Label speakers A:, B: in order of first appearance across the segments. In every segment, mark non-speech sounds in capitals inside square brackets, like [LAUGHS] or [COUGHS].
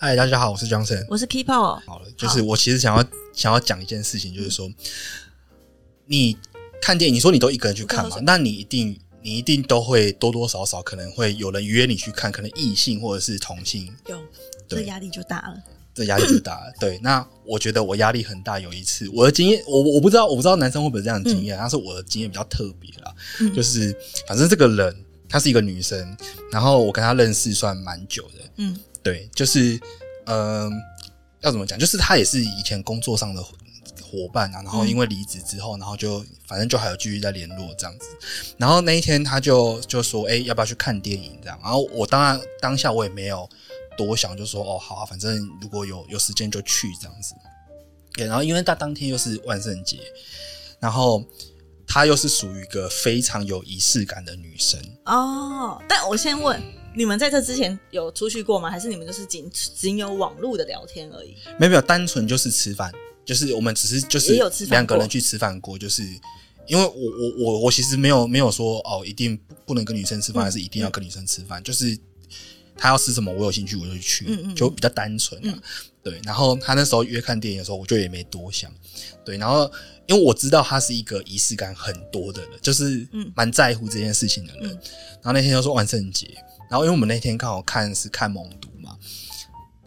A: 嗨，大家好，我是哦 Johnson。
B: 我是 People，
A: 好了，就是我其实想要想要讲一件事情，就是说，你看电影，你说你都一个人去看
B: 我
A: 嘛
B: 看，
A: 那你一定你一定都会多多少少可能会有人约你去看，可能异性或者是同性
B: 有
A: 对
B: 这压力就大了。
A: 这压力就 [COUGHS] 大了。对，那我觉得我压力很大。有一次，我的经验，我我不知道，我不知道男生会不会有这样的经验，但是我的经验比较特别啦。
B: 嗯
A: 就是反正这个人她是一个女生，然后我跟她认识算蛮久的，
B: 嗯
A: 对，就是嗯、要怎么讲？就是她也是以前工作上的伙伙伴啊，然后因为离职之后，然后就反正就还有继续在联络这样子。然后那一天她就就说：“哎、要不要去看电影？”这样。然后我当然当下我也没有多想，就说：“哦，好啊，反正如果有有时间就去这样子。”对，然后因为她当天又是万圣节，然后她又是属于一个非常有仪式感的女生。
B: 哦，但我先问，你们在这之前有出去过吗？还是你们就是仅仅有网络的聊天而已？
A: 没有没有，单纯就是吃饭，就是我们只是就是
B: 也有吃饭过
A: 两个人去吃饭过，就是因为我我我我其实没有没有说哦，一定不能跟女生吃饭，
B: 嗯
A: 还是一定要跟女生吃饭，就是她要吃什么我有兴趣我就去，
B: 嗯嗯嗯
A: 就比较单纯、啊。
B: 嗯
A: 对，然后她那时候约看电影的时候，我就也没多想。对，然后因为我知道她是一个仪式感很多的人，就是
B: 嗯
A: 蛮在乎这件事情的人。
B: 嗯
A: 然后那天又哦是万圣节，然后因为我们那天刚好看是看猛毒嘛，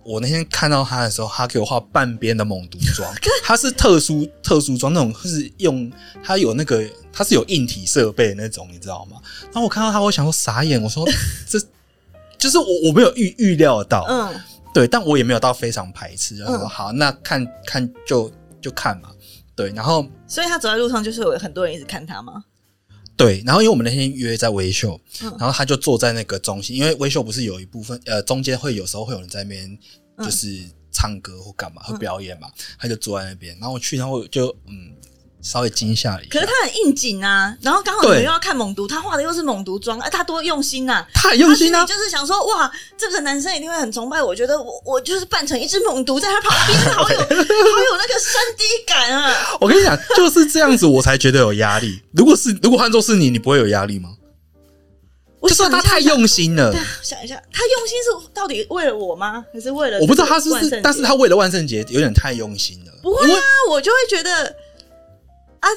A: 我那天看到他的时候，他给我画半边的猛毒妆， [LAUGHS] 他是特殊特殊妆那种，是用他有那个他是有硬体设备那种，你知道吗？然后我看到他，我想说傻眼，我说 [LAUGHS] 这就是我我没有预预料到，
B: 嗯，
A: 对，但我也没有到非常排斥，然后说
B: 嗯
A: 好，那看看就就看嘛，对，然后
B: 所以他走在路上就是有很多人一直看他吗？
A: 对，然后因为我们那天约在微秀，
B: 嗯
A: 然后他就坐在那个中心，因为微秀不是有一部分呃中间会有时候会有人在那边
B: 嗯
A: 就是唱歌或干嘛、
B: 嗯
A: 或表演嘛，他就坐在那边，然后我去，然后我就嗯稍微惊吓了一下
B: 可是，他很应景啊，然后刚好你
A: 对
B: 们又要看猛毒，他画的又是猛毒妆，哎、他多用心呐、啊！
A: 他很用心
B: 他
A: 啊
B: 心里，就是想说，哇，这个男生一定会很崇拜我，觉得我我就是扮成一只猛毒在他旁边，
A: [LAUGHS]
B: 好有好有那个山低感啊！
A: 我跟
B: [LAUGHS]
A: 你讲就是这样子，我才觉得有压力。如果是如果换作是你，你不会有压力吗？
B: 我
A: 就说
B: 想
A: 他
B: 一下
A: 太用心了
B: 对。啊，我想一下，他用心是到底为了我吗？还是为了
A: 我不知道
B: 这个
A: 他是不
B: 万
A: 是
B: 圣，
A: 但是
B: 节
A: 他为了万圣节有点太用心了。
B: 不会啊，我就会觉得
A: 啊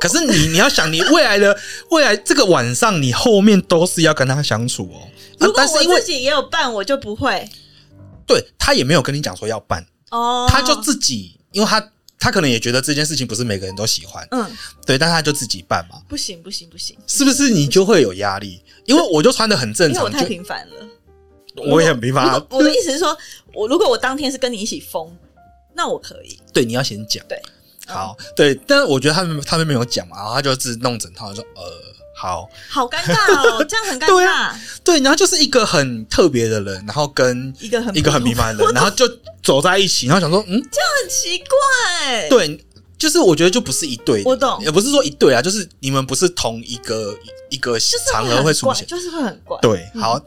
A: 可是你你要想，你未来的 [LAUGHS] 未来这个晚上，你后面都是要跟他相处哦。啊
B: 如果
A: 但是因
B: 我
A: 为
B: 自己也有办，我就不会
A: 对他也没有跟你讲说要办，
B: 哦。
A: 他就自己，因为他他可能也觉得这件事情不是每个人都喜欢，
B: 嗯，
A: 对，但他就自己办嘛，
B: 不行不行不行，
A: 是不是你就会有压力？因为我就穿的很正
B: 因为我
A: 常，
B: 太
A: 就
B: 平凡了。
A: 我也很平凡
B: 如
A: 啊
B: 果。我的意思是说，我如果我当天是跟你一起疯，那我可以。
A: 对，你要先讲。
B: 对，
A: 好，对，但是我觉得他们他们没有讲嘛，然后他就自己弄整套，就说呃好，
B: 好尴尬
A: [LAUGHS]
B: 哦，这样很尴
A: 对啊
B: 尬。
A: 对，然后就是一个很特别的人，然后跟
B: 一个很
A: 一个很平凡的人，然后就走在一起，然后想说嗯，
B: 很奇怪，，
A: 对，就是我觉得就不是一对的，
B: 我懂
A: 也不是说一对啊，就是你们不是同一个一个
B: 就是
A: 场合
B: 很
A: 会出
B: 怪
A: 现。
B: 就是嗯会很怪。
A: 对，好，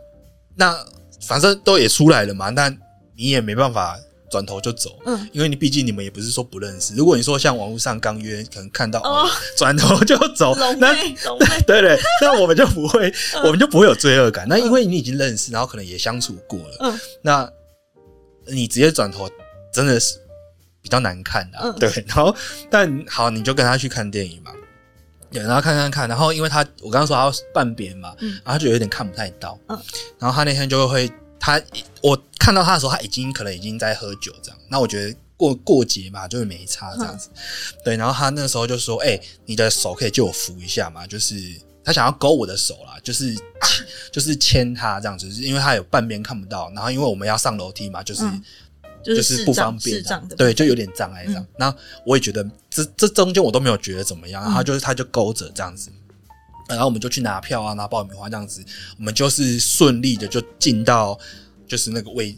A: 那反正都也出来了嘛，那你也没办法转头就走。
B: 嗯，
A: 因为你毕竟你们也不是说不认识，如果你说像网络上刚约，可能看到
B: 哦
A: 哦， [LAUGHS] 转头就走，
B: 龙
A: 那
B: 妹，龙妹，
A: [LAUGHS] 对对，那我们就不会，
B: 嗯
A: 我们就不会有罪恶感。那因为你已经认识，然后可能也相处过了，
B: 嗯，
A: 那你直接转头真的是比较难看的、
B: 嗯
A: 对。然后，但好，你就跟他去看电影嘛，对，然后看看看，然后因为他我刚刚说他要半边嘛，
B: 嗯
A: 然后他就有点看不太到，
B: 嗯
A: 然后他那天就会他我看到他的时候，他已经可能已经在喝酒这样，那我觉得。过过节嘛，就是没差这样子，对。然后他那时候就说：“哎、你的手可以借我扶一下嘛？”就是他想要勾我的手啦，就是就是牵他这样子，就是因为他有半边看不到，然后因为我们要上楼梯嘛，就是、
B: 嗯
A: 就
B: 视
A: 不
B: 障
A: 方便
B: 视
A: 这样，
B: 障的，
A: 对，就有点障碍这样
B: 嗯。
A: 那、我也觉得这这中间我都没有觉得怎么样，
B: 嗯
A: 然后就是他就勾着这样子。然后我们就去拿票啊，拿爆米花这样子，我们就是顺利的就进到就是那个位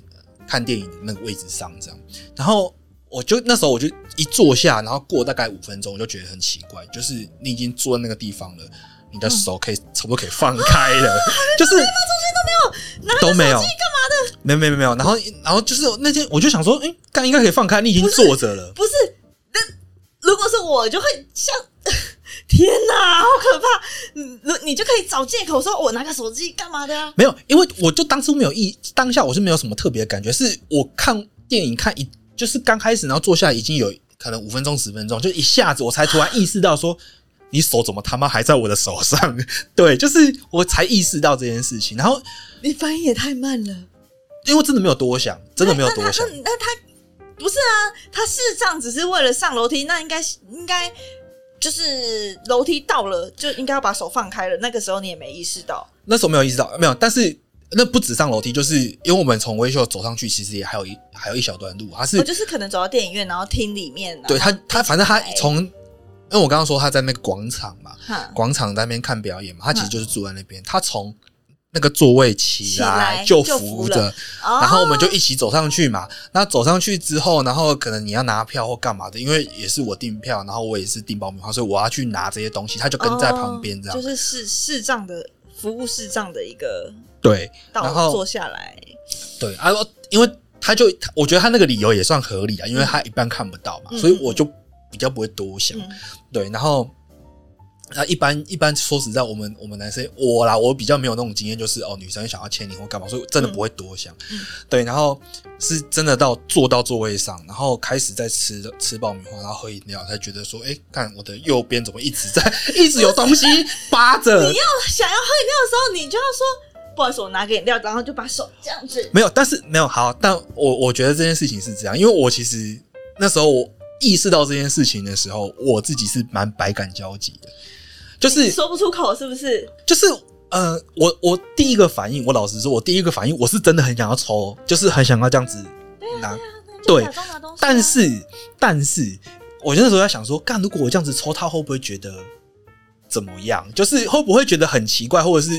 A: 看电影的那个位置上这样。然后我就那时候我就一坐下，然后过大概五分钟，我就觉得很奇怪，就是你已经坐在那个地方了，你的手可以、差不多可以放开
B: [LAUGHS]
A: 了，
B: 啊
A: 就是都没有没有没有没有，然后然后就是那天我就想说，哎、刚应该可以放开，你已经坐着了，
B: 不是，那如果是我，就会像。 [LAUGHS] 天哪，好可怕！嗯你就可以找借口说我拿个手机干嘛的啊？
A: 没有，因为我就当初没有意，当下我是没有什么特别的感觉，是我看电影看一，就是刚开始，然后坐下来已经有可能五分钟十分钟，就一下子我才突然意识到说，你手怎么他妈还在我的手上？ [LAUGHS] 对，就是我才意识到这件事情，然后
B: 你反应也太慢了，
A: 因为真的没有多想，真的没有多想
B: 那，那那他不是啊，他事实上只是为了上楼梯，那应该应该就是楼梯到了就应该要把手放开了，那个时候你也没意识到。
A: 那时候没有意识到，没有，但是。那不止上楼梯，就是因为我们从微秀走上去，其实也还有一还有一小段路，它是
B: 我哦就是可能走到电影院，然后听里面、啊，
A: 对他，他反正他
B: 来
A: 从，因为我刚刚说他在那个广场嘛，
B: 哈，
A: 广场在那边看表演嘛，他其实就是住在那边，他从那个座位起
B: 嗯起来
A: 来就
B: 就
A: 扶
B: 扶哦
A: 着
B: 了，
A: 然
B: 然
A: 后我们就一起走上去嘛。那走上去之后，然后可能你要拿票或干嘛的，因为也是我订票，然后我也是订爆米花，所以我要去拿这些东西，他就跟在旁边这样。
B: 哦就是视视障的服务视障的一个
A: 对，然
B: 到
A: 后
B: 坐下来，
A: 对啊，因为他就他我觉得他那个理由也算合理啊，因为他一般看不到嘛，
B: 嗯
A: 所以我就比较不会多想。
B: 嗯，
A: 对，然后那一般一般说实在，我们我们男生我啦，我比较没有那种经验，就是哦，女生想要牵你或干嘛，所以真的不会多想。
B: 嗯嗯
A: 对，然后是真的到坐到座位上，然后开始在吃吃爆米花，然后喝饮料，才觉得说，哎，看我的右边怎么一直在 [LAUGHS] 一直有东西扒着
B: 你。要想要喝饮料的时候，你就要说不好意思，我拿个饮料，然后就把手这样子，
A: 没有，但是没有好，但我我觉得这件事情是这样，因为我其实那时候我意识到这件事情的时候，我自己是蛮百感交集的，就是
B: 你说不出口，是不是？
A: 就是呃，我我第一个反应，我老实说，我第一个反应我是真的很想要抽，就是很想要这样子拿。
B: 那就
A: 对
B: 假装拿东西啊
A: 但是，但是我那时候在想说，干，如果我这样子抽，他会不会觉得怎么样？就是会不会觉得很奇怪，或者是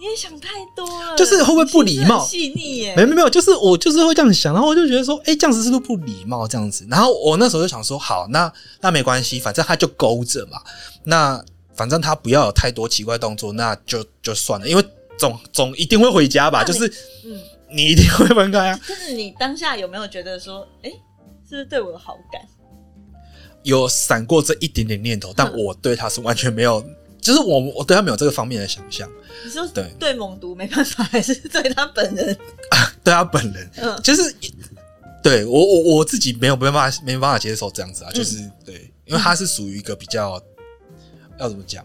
B: 你也想太多了，
A: 就是会不会不礼貌
B: 你心思很细腻耶，
A: 没有没有没有，就是我就是会这样想，然后我就觉得说，哎、这样子是不是不礼貌？这样子，然后我那时候就想说，好，那那没关系，反正他就勾着嘛，那反正他不要有太多奇怪动作，那就就算了，因为总总一定会回家吧，就
B: 那你
A: 是
B: 嗯，
A: 你一定会分开啊。
B: 但是你当下有没有觉得说，哎、是不是对我有好感？
A: [LAUGHS] 有闪过这一点点念头，但
B: 嗯
A: 我对他是完全没有，就是我我对他没有这个方面的想象，
B: 你说
A: 对
B: 对猛毒没办法，还是对他本人？
A: 对他本人
B: 嗯，
A: 就是对我我我自己没有没办法没办法接受这样子啊，就是、对，因为他是属于一个比较要怎么讲，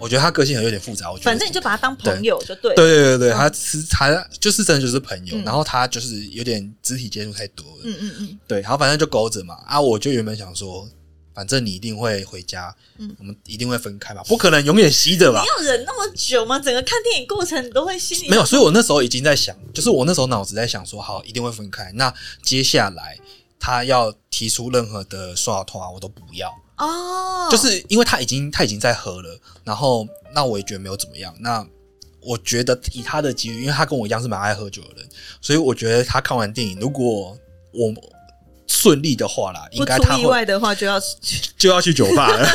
A: 我觉得他个性有点复杂，我觉得
B: 反正你就把他当朋友就
A: 对
B: 对。
A: 对对对，他是他就是真的就是朋友，
B: 嗯
A: 然后他就是有点肢体接触太多了，
B: 嗯嗯嗯，
A: 对，然后反正就勾着嘛。啊，我就原本想说，反正你一定会回家，
B: 嗯
A: 我们一定会分开嘛，不可能永远吸着吧
B: 你？要忍那么久吗？整个看电影过程你都会心里
A: 没有，所以我那时候已经在想，就是我那时候脑子在想说，好，一定会分开。那接下来他要提出任何的刷团，我都不要，
B: 哦，
A: 就是因为他已经他已经在喝了，然后那我也觉得没有怎么样。那我觉得以他的机遇，因为他跟我一样是蛮爱喝酒的人，所以我觉得他看完电影，如果我顺利的话啦，应
B: 不
A: 该他
B: 出
A: 会
B: 意外的话就要
A: 就要去酒吧了。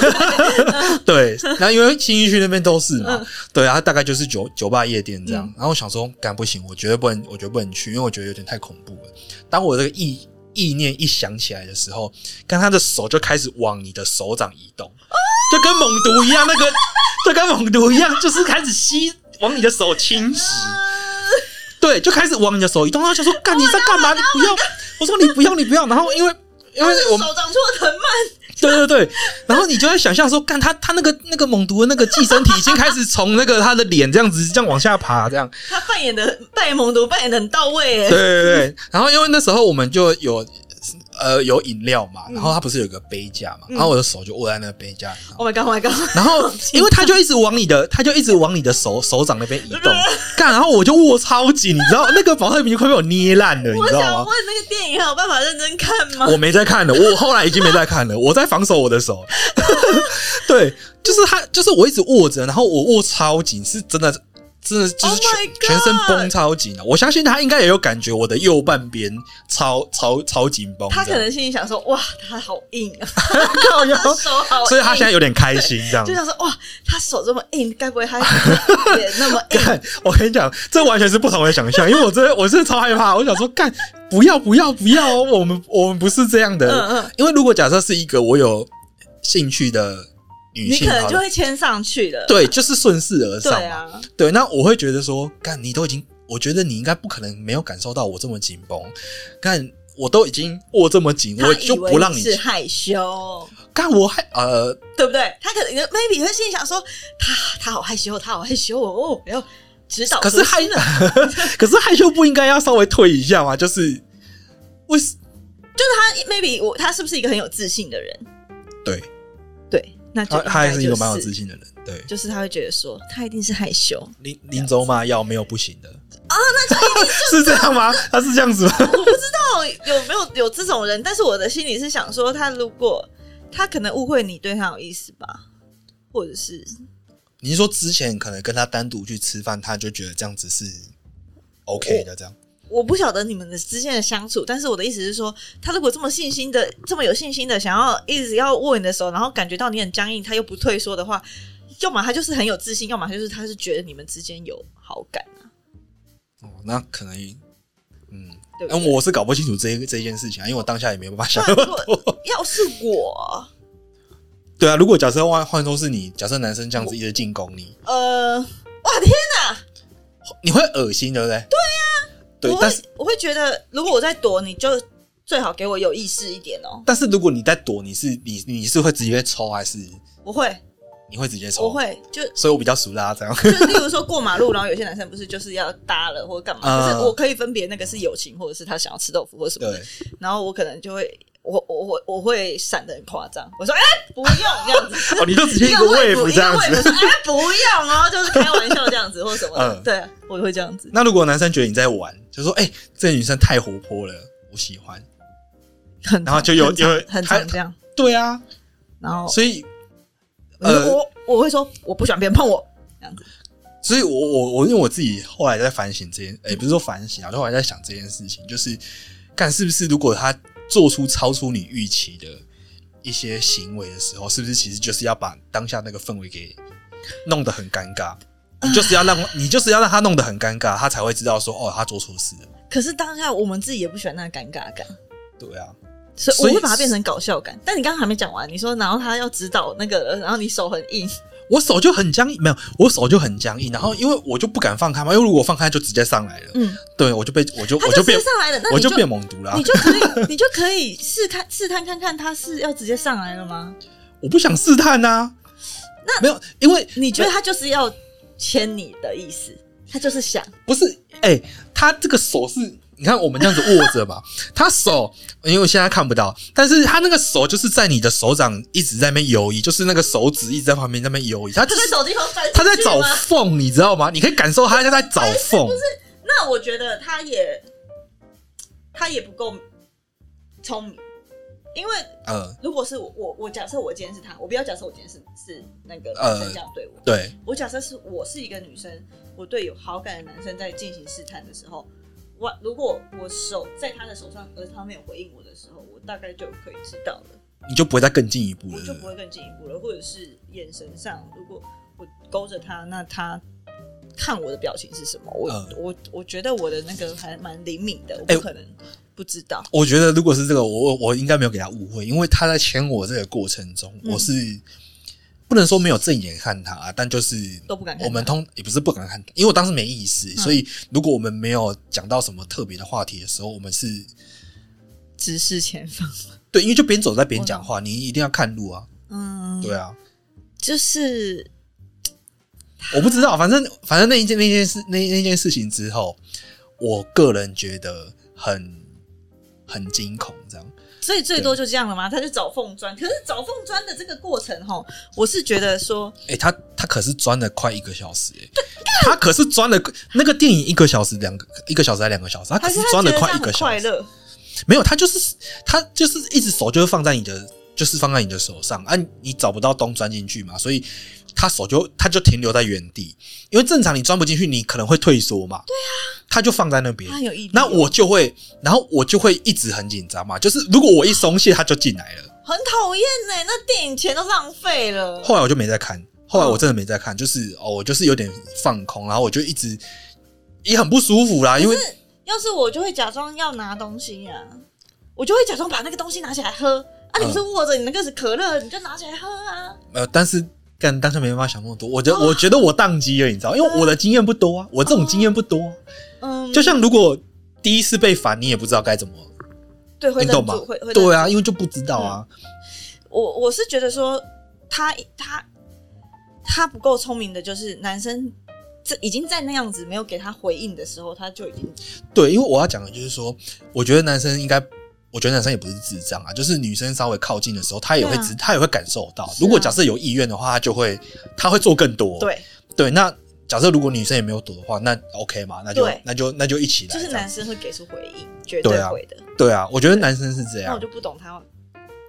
A: 对，然后因为新一区那边都是嘛，对啊，大概就是酒酒吧、夜店这样。
B: 嗯
A: 然后我想说，干不行，我绝对不能，我绝对不能去，因为我觉得有点太恐怖了。当我这个意意念一想起来的时候，看他的手就开始往你的手掌移动，就跟猛毒一样，那个就跟猛毒一样，就是开始吸往你的手侵袭。对，就开始往你的手移动，然后想说干你在干嘛？你不要！我说你不要，你不要。然后因为因为我们
B: 手掌处的藤蔓，
A: 对对对，然后你就会想象说，干他他那个那个猛毒的那个寄生体已经开始从那个他的脸这样子这样往下爬，这样。
B: 他扮演的扮演猛毒扮演的很到
A: 对
B: 位耶。
A: 对对，然后因为那时候我们就有呃有饮料嘛，然后他不是有一个杯架嘛，然后我的手就握在那个杯架上，
B: Oh my god, oh my god！
A: 然后因为他就一直往你的他就一直往你的手手掌那边移动，干，然后我就握超紧，你知道那个保特瓶就快被我捏烂了，你
B: 我
A: 知道
B: 想
A: 吗？
B: 问那个电影还有办法认真看 [LAUGHS] 吗？
A: 我没在看了，我后来已经没在看了，我在防守我的手。 [LAUGHS] 对，就是他，就是我一直握着，然后我握超紧，是真的，真的就是
B: Oh
A: 全、
B: my God
A: 全身绷超紧的、我相信他应该也有感觉，我的右半边超超超紧绷这
B: 他
A: 样。
B: 可能心里想说：“哇，他好硬
A: [LAUGHS]
B: 啊，
A: 靠腰
B: 他手好硬。”
A: 所以他现在有点开心这样
B: 就。想说：“哇，他手这么硬，该不会他也那么
A: [LAUGHS]
B: 硬
A: 干，我跟你讲，这完全是不同的想象，因为我真的我真的超害怕，我想说干，不要不要不要哦，我们我们不是这样的，
B: 嗯嗯
A: 因为如果假设是一个我有兴趣的女
B: 你
A: 性
B: 可能
A: 好
B: 就
A: 了，
B: 会牵上去了。
A: [LAUGHS] 对，就是顺势而上
B: 对
A: 嘛。
B: 啊，
A: 对，那我会觉得说，干，你都已经，我觉得你应该不可能没有感受到我这么紧绷，干。我都已经握这么紧，
B: 他
A: 我
B: 以
A: 就
B: 为
A: 不让
B: 你
A: 你
B: 是害羞，
A: 干。我还呃，
B: 对不对？他可能 maybe 他心里想说，他他好害羞，他好害羞哦，哦然后指导
A: 可是害
B: 核心了，，
A: 可是害羞不应该要稍微退一下吗？就是为什
B: 他 maybe 我他是不是一个很有自信的人？
A: 对
B: 对，那就
A: 他，他还是一个蛮有自
B: 信，
A: 信的人。对，
B: 就是他会觉得说他一定是害羞，
A: 林林州嘛，要没有不
B: 哦
A: 行的啊， [LAUGHS] 那就是这样
B: [LAUGHS]
A: 吗？他是这样子吗？ [LAUGHS]
B: 到底哦有没有有这种人？但是我的心里是想说，他如果他可能误会你对他有意思吧，或者是
A: 你是说之前可能跟他单独去吃饭，他就觉得这样子是 OK 的，这样
B: 我不晓得你们的之间的相处，但是我的意思是说，他如果这么信心的、这么有信心的想要一直要握你的手，然后感觉到你很僵硬，他又不退缩的话，要么他就是很有自信，要么就是他是觉得你们之间有好感啊，
A: 哦，那可能嗯，
B: 对不
A: 那
B: 对？
A: 我是搞不清楚这一这一件事情啊，因为我当下也没有办法想
B: 那。如果要是我，
A: 对啊，如果假设换换说是你，假设男生这样子一直进攻你，
B: 呃，哇天哪！
A: 你会恶心，对不对？对
B: 啊我
A: 对，但
B: 会
A: 是
B: 我会觉得，如果我在躲，你就最好给我有意识一点哦。
A: 但是如果你在躲，你是你你是会直接抽还是
B: 我会，
A: 你会直接抽？
B: 我，会，
A: [LAUGHS]
B: 就
A: 所以我比较熟啦，
B: [LAUGHS]
A: 这样。
B: 就例如说过马路，然后有些男生不是就是要搭了或干嘛，
A: 嗯
B: 可是我可以分别那个是友情，或者是他想要吃豆腐或什么的，
A: 对，
B: 然后我可能就会。我我我我会闪的很夸张，我说哎、不用这样子，
A: 哦，你就 [LAUGHS] 直接一个
B: wave
A: wave 这样
B: 一个 wave，
A: 子。
B: 说哎、不用哦，就是开玩笑这样子或什么的，
A: 嗯
B: 对啊我会这样子，
A: 那如果男生觉得你在玩，就说：“哎、这女生太活泼了，我喜欢。
B: 很
A: 然后就有
B: 很常
A: 有
B: 很
A: 他
B: 常这样，”哦
A: 对啊，
B: 然后
A: 所以
B: 我就
A: 呃
B: 我我会说我不喜欢别人碰我这样子，
A: 所以我我我因为我自己后来在反省这件，也、不是说反省啊，就后来在想这件事情，就是看是不是如果他做出超出你预期的一些行为的时候，是不是其实就是要把当下那个氛围给弄得很尴尬。你就是要让你就是要让他弄得很尴尬，他才会知道说哦，他做错事了。
B: 可是当下我们自己也不喜欢那个尴尬感，
A: 对啊，
B: 所以
A: 所
B: 我
A: 以
B: 会把它变成搞笑感。但你刚刚还没讲完，你说然后他要指导那个人，然后你手很硬，
A: 我手就很僵硬，没有，我手就很僵硬，然后因为我就不敢放开嘛，因为如果放开就直接上来了，
B: 嗯，
A: 对我就被我就
B: 他
A: 我就
B: 直
A: 变
B: 接上来了，那
A: 我
B: 你就
A: 就变猛毒啦、啊
B: 你就可以你就可以试看试探看看他是要直接上来了吗？
A: 我不想试探呐、那没有，因为
B: 你觉得他就是要牵你的意思，他就是想
A: 不是，哎、他这个手是，你看我们这样子握着
B: [LAUGHS]
A: 嘛，他手，因为我现在看不到，但是他那个手就是在你的手掌一直在那边游移，就是那个手指一直在旁边那边游移，他就
B: 他在
A: 是
B: 手机头翻
A: 他在
B: 进去
A: 找
B: 吗
A: 缝，你知道吗？你可以感受他在在找缝，
B: 那我觉得他也他也不够聪明，因为
A: 呃
B: 如果是我我我假设我今天是他，我不要假设我今天是是那个
A: 呃
B: 男生这样对我，
A: 对，
B: 我假设是我是一个女生，我对有好感的男生在进行试探的时候，我如果我手在他的手上，而他没有回应我的时候，我大概就可以知道了，
A: 你就不会再更进一步
B: 我
A: 了，
B: 就
A: 对
B: 不
A: 不对
B: 会更进一步了。或者是眼神上，如果我勾着他，那他看我的表情是什么？我、
A: 嗯
B: 我我觉得我的那个还蛮灵敏的，我
A: 哎
B: 不可能不知道。
A: 我觉得如果是这个，我我我应该没有给他误会，因为他在牵我这个过程中，
B: 嗯
A: 我是不能说没有正眼看他、啊，但就是
B: 都不敢看他嗯
A: 我们通也不是不敢看他，因为我当时没意识，所以如果我们没有讲到什么特别的话题的时候，我们是
B: 直视前方，
A: 对，因为就边走在边讲话，你一定要看路啊，
B: 嗯，
A: 对啊。
B: 就是
A: 我不知道，反正反正那一件那件事那那件事情之后，我个人觉得很很惊恐，这样
B: 所以最多就这样了吗？他就找缝钻，可是找缝钻的这个过程哈，我是觉得说，
A: 哎、他他可是钻了快一个小时、欸，他可是钻了那个电影一个小时两个一个小时还两个小时，他可
B: 还是他
A: 钻了
B: 觉得这
A: 快一
B: 样
A: 个
B: 很
A: 小
B: 快
A: 时，
B: 乐，
A: 没有，他就是他就是一直手就是放在你的就是放在你的手上啊，你你找不到洞钻进去嘛，所以他手就他就停留在原地，因为正常你钻不进去，你可能会退缩嘛，对啊，他就放在那边
B: 他，很有毅力。哦
A: 那我就会，然后我就会一直很紧张嘛，就是如果我一松懈，他就进来了。
B: 很讨厌呢，那电影钱都浪费了。
A: 后来我就没再看，后来
B: 嗯
A: 我真的没再看，就是哦，我就是有点放空，然后我就一直也很不舒服啦，因为
B: 要是我就会假装要拿东西呀、啊，我就会假装把那个东西拿起来喝啊，啊，你不是
A: 嗯
B: 握着你那个是可乐，你就拿起来喝啊。
A: 呃，但是干当时没办法想那么多，我觉得、我觉得我宕机了，你知道，因为我的经验不多啊，我这种经验不多啊、
B: 嗯，
A: 就像如果第一次被烦，你也不知道该怎么，
B: 对，会
A: 你
B: 忍
A: 懂吧
B: 住，嗯会会。
A: 对啊，因为就不知道啊，
B: 我我是觉得说他他他不够聪明的，就是男生这已经在那样子没有给他回应的时候，他就已经
A: 对，因为我要讲的就是说，我觉得男生应该。我觉得男生也不是智障啊，就是女生稍微靠近的时候，他也会
B: 对啊
A: 知，他也会感受到。
B: 是
A: 如果
B: 啊
A: 假设有意愿的话，他就会他会做更多。
B: 对，
A: 对，那假设如果女生也没有躲的话，那 OK 嘛，那就
B: 对
A: 那就那就一起来
B: 就
A: 这样。
B: 是男生会给出回应，绝
A: 对
B: 对
A: 啊
B: 会的。
A: 对啊，我觉得男生是这
B: 那
A: 样
B: 我，就不懂他，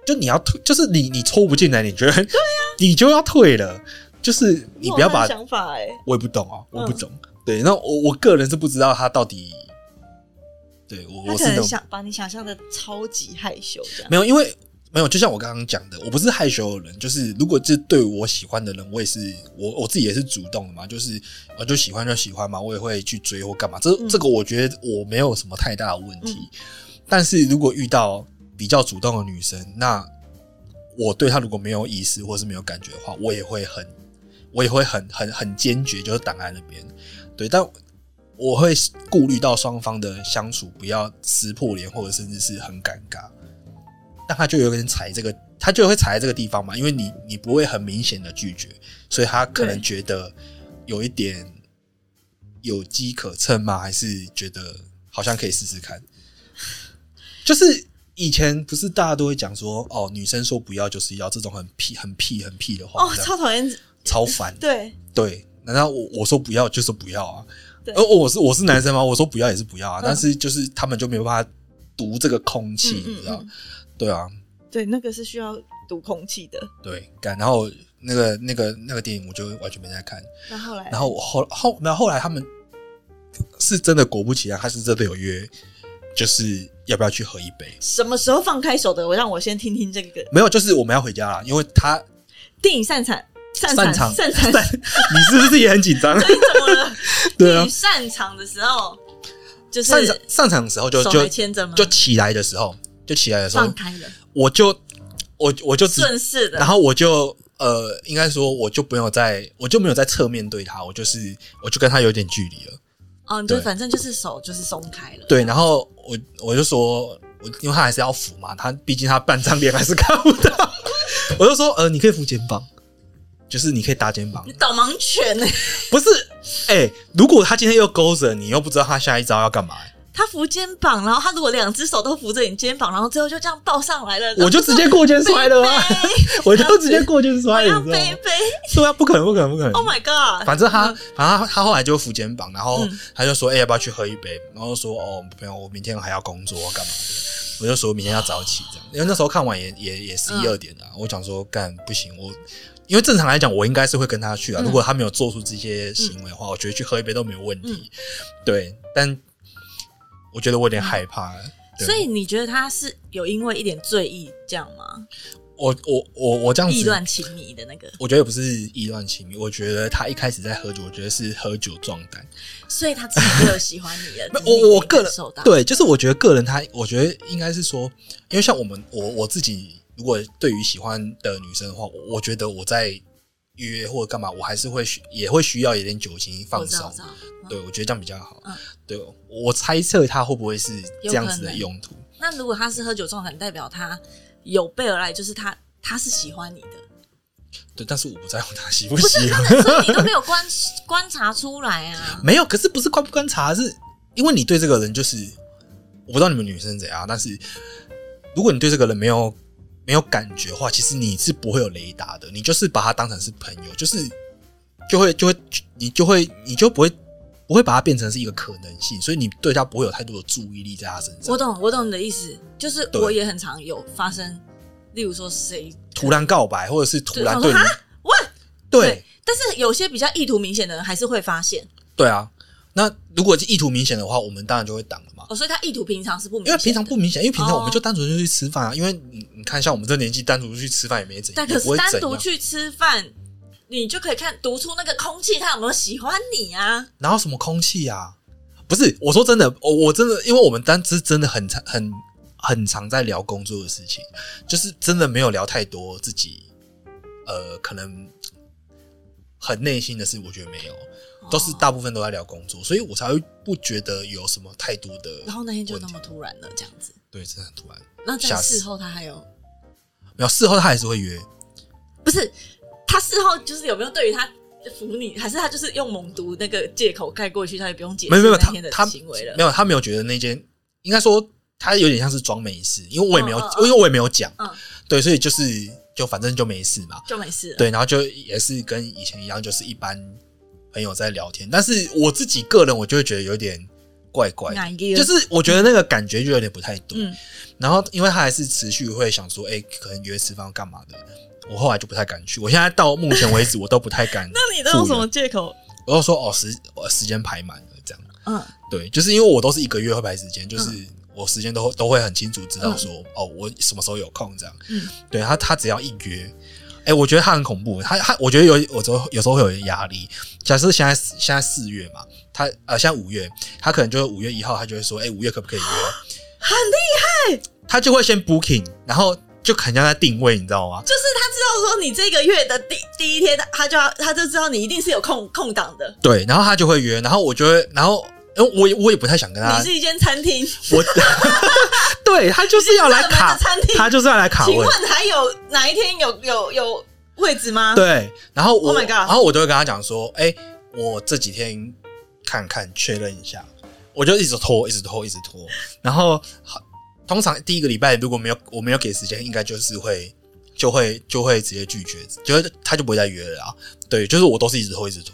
A: 就你要退，就是你你抽不进来，你觉得对啊， [LAUGHS] 你就要退了，就是你不要
B: 我有
A: 把
B: 这，种想法哎、
A: 我也不懂啊，我不懂。对，那我我个人是不知道他到底，对我
B: 他
A: 我
B: 可
A: 是
B: 能
A: 懂
B: 想把你想象的超级害羞这样。
A: 没有，因为没有，就像我刚刚讲的，我不是害羞的人，就是如果是对我喜欢的人，我也是我我自己也是主动的嘛，就是我就喜欢就喜欢嘛，我也会去追或干嘛，这、
B: 嗯
A: 这个我觉得我没有什么太大的问题。但是如果遇到比较主动的女生，那我对她如果没有意思或是没有感觉的话，我也会很，我也会很很很坚决，就是挡在那边。对，但我会顾虑到双方的相处不要撕破脸，或者甚至是很尴尬。但他就有点踩这个，他就会踩在这个地方嘛，因为你你不会很明显的拒绝，所以他可能
B: 对
A: 觉得有一点有机可乘嘛，还是觉得好像可以试试看。 [LAUGHS] 就是以前不是大家都会讲说，哦，女生说不要就是要这种很屁、很屁、很屁的话，
B: 哦，
A: 这样
B: 超讨厌，
A: 超烦。
B: 对
A: 对，难道我我说不要就是不要啊
B: 对？
A: 而我是我是男生吗？我说不要也是不要啊，
B: 嗯
A: 但是就是他们就没有办法读这个空气，
B: 嗯
A: 你知
B: 嗯
A: 道？对啊，
B: 对，那个是需要读空气的。
A: 对，干，然后那个那个那个电影我就完全没在看，
B: 那后来，
A: 然后我后后没有后来他们是真的果不其然，他是真的有约，就是要不要去喝一杯？
B: 什么时候放开手的？我让我先听听这个
A: 没有，就是我们要回家了，因为
B: [LAUGHS]
A: 他
B: 电影散场，散
A: 擅
B: 场，
A: 长，
B: 散
A: [LAUGHS]
B: 场，
A: 但你是不是也很紧
B: [LAUGHS]
A: 张？
B: 你怎么了？
A: 啊对啊
B: 你，散场的时候就是
A: 上场上场的时候就
B: 手
A: 就
B: 还牵着吗？
A: 就起来的时候，就起来的时候
B: 放，开了，
A: 我就我我就只，
B: 顺势
A: 然
B: 的，
A: 后我就呃，应该说我就没有在，我就没有在侧面对他，我就是我就跟他有点距离了。
B: 哦，你就
A: 对
B: 反正就是手就是松开了，
A: 对，然后我我就说，我因为他还是要扶嘛，他毕竟他半张脸还是看不到， [LAUGHS] 我就说，呃，你可以扶肩膀，就是你可以搭肩膀
B: 你，导盲犬欸呢？
A: 不是，哎、如果他今天又勾着你，又不知道他下一招要干嘛、
B: 他扶肩膀，然后他如果两只手都扶着你肩膀，然后最后就这样抱上来了，
A: 我就直接过肩摔了啊，我就直接过肩
B: [LAUGHS]
A: 摔
B: 然
A: 了，
B: 后
A: 你知道
B: 背
A: 吗？
B: 背
A: 对啊，不可能，不可能，不可能
B: ，Oh。my god！
A: 反正他，反正他他后来就扶肩膀，然后
B: 嗯
A: 他就说：“哎、要不要去喝一杯？”然后说：“哦，朋友，我明天还要工作，干嘛的？”我就说明天要早起，这样，因为那时候看完也也也十一
B: 嗯
A: 二点了、啊我讲说干不行，我因为正常来讲我应该是会跟他去啊，
B: 嗯
A: 如果他没有做出这些行为的话，我觉得去喝一杯都没有问题。
B: 嗯
A: 对，但我觉得我有点害怕。对
B: 所以你觉得他是有因为一点醉意这样吗？
A: 我我我我这样
B: 意
A: 子
B: 乱情迷的那个，
A: 我觉得也不是意乱情迷，我觉得他一开始在喝酒，我觉得是喝酒壮胆。。
B: 所以他自己没有喜欢你了
A: [LAUGHS] 我我个
B: 个
A: 人
B: 受到，
A: 对，就是我觉得个人他，我觉得应该是说，因为像我们我我自己，如果对于喜欢的女生的话，我我觉得我在约或者干嘛，我还是会需也会需要一点酒精
B: 我
A: 放
B: 知
A: 松
B: 道，我知。道，
A: 对，我觉得这样比较好。
B: 嗯
A: 对，我猜测他会不会是这样子
B: 有可
A: 的
B: 能
A: 用途？
B: 那如果他是喝酒壮胆，代表他有备而来，就是他他是喜欢
A: [LAUGHS]
B: 你的，
A: 对，但是我不在乎他喜不
B: 不是
A: 喜
B: 真
A: 欢，
B: 的，所以你都没有观观察出来啊。
A: 没有。可是不是观不观察，是因为你对这个人就是，我不知道你们女生怎样，但是如果你对这个人没有没有感觉的话，其实你是不会有雷达的，你就是把他当成是朋友，就是就会 [LAUGHS] 就会你就会你就不会不会把他变成是一个可能性，所以你对他不会有太多的注意力在他身上
B: 我。懂，我懂你的意思，就是
A: 对
B: 我也很常有发生，例如说谁
A: 突然告白，或者是突然
B: 对
A: 对
B: 哦我
A: 你
B: 说，喂，
A: 对，
B: 但是有些比较意图明显的人还是会发现
A: 对啊。那如果是意图明显的话，我们当然就会挡了嘛。
B: 哦，所以他意图平常是不明
A: 因
B: 显
A: 为
B: 的，
A: 平常不明显，因为平常
B: 哦
A: 我们就单纯就去吃饭啊。因为你你看，像我们这年纪，单独去吃饭也没怎，
B: 但
A: 也
B: 可
A: 不
B: 是
A: 会
B: 单
A: 怎
B: 独
A: 样。
B: 去吃饭，你就可以看读出那个空气他有没有喜欢你啊。
A: 哪有什么空气啊？不是，我说真的，我我真的，因为我们单是真的很常很很常在聊工作的事情，就是真的没有聊太多自己，呃，可能很内心的事，我觉得没有，
B: 哦
A: 都是大部分都在聊工作，所以我才会不觉得有什么太多的。
B: 然后那天就那么突然了，这样子。
A: 对，真的很突然。
B: 那在
A: 吓死
B: 事后他还有
A: 没有事后他还是会约，
B: 不是他事后就是有没有对于他服你，还是他就是用猛毒那个借口盖过去，他也不用解释
A: 没有没有
B: 那
A: 他
B: 天的
A: 他
B: 行为了
A: 没。有他没有觉得那间应该说他有点像是装没事，因为我也没有，
B: 嗯嗯嗯
A: 因为我也没有讲，
B: 嗯
A: 对，所以就是就反正就没事嘛。
B: 就没事了。
A: 对，然后就也是跟以前一样，就是一般朋友在聊天。但是我自己个人，我就会觉得有点怪怪的，
B: 哪一个？
A: 就是我觉得那个感觉就有点不太对。
B: 嗯
A: 然后因为他还是持续会想说，哎、可能约吃饭干嘛的。我后来就不太敢去，我现在到目前为止我都不太
B: [LAUGHS]
A: 敢。
C: 那你都用什么？借口？
A: 我都说哦时呃时间排满了这样。
B: 嗯，
A: 对，就是因为我都是一个月会排时间，就是我时间都都会很清楚知道说、哦，我什么时候有空这样。
B: 嗯
A: 对他，他只要一约，哎、我觉得他很恐怖，他他我觉得有我时候有时候会有压力。假设现在现在四月嘛，他呃现在五月，他可能就五月一号，他就会说，哎、五月可不可以约？
B: [GASPS] 很厉
A: 他就会先 booking，然后就很像在定位，你知道吗？
B: 就是他知道说你这个月的第第一天，他他就要他就知道你一定是有空空档的。
A: 对，然后他就会约，然后我就会，然后因为我也我也不太想跟他
B: 你，是一间餐厅，
A: 我 [LAUGHS] 对他就是要来
B: 热门的
A: 卡
B: 餐厅，
A: 他就是要来卡
B: 请
A: 位。
B: 问还有哪一天有有有位置吗？，
A: 对，然后我
B: 啊 Oh my god
A: 然后我都会跟他讲说，哎、我这几天看看确认一下，我就一直拖，一直拖，一直拖。然后好通常第一个礼拜如果没有我没有给时间，应该就是会就会就会直接拒绝，就是他就不会再约了啊。对，就是我都是一直拖，一直拖，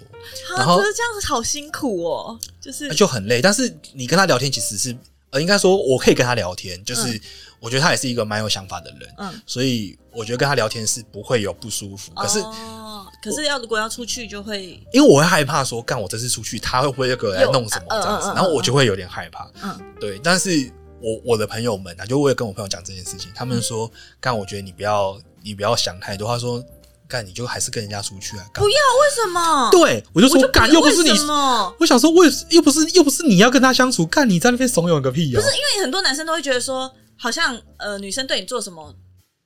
A: 然
C: 啊
A: 后啊
C: 可是这样子好辛苦哦，就是
B: 嗯
A: 就很累。但是你跟他聊天其实是呃，应该说我可以跟他聊天，就是、我觉得他也是一个蛮有想法的人，
B: 嗯
A: 所以我觉得跟他聊天是不会有不舒服。可是
B: 哦，可是要如果要出去就会
A: 因为我会害怕说，干我这次出去，他会不会又给我来弄什么
B: 又嗯
A: 这样子
B: 嗯，嗯
A: 然后我就会有点害怕。
B: 嗯
A: 对，但是我我的朋友们啊，就我也跟我朋友讲这件事情，他们
B: 嗯
A: 说，干我觉得你不要你不要想太多，他说，干你就还是跟人家出去啊，干
B: 不要哦为什么？
A: 对我就
B: 我
A: 说
B: 就
A: 干又不
B: 为
A: 是你
B: 什，么
A: 我想说我也是又不是又不是你要跟他相处，干你在那边怂恿个屁啊！
B: 因为很多男生都会觉得说，好像呃女生对你做什么，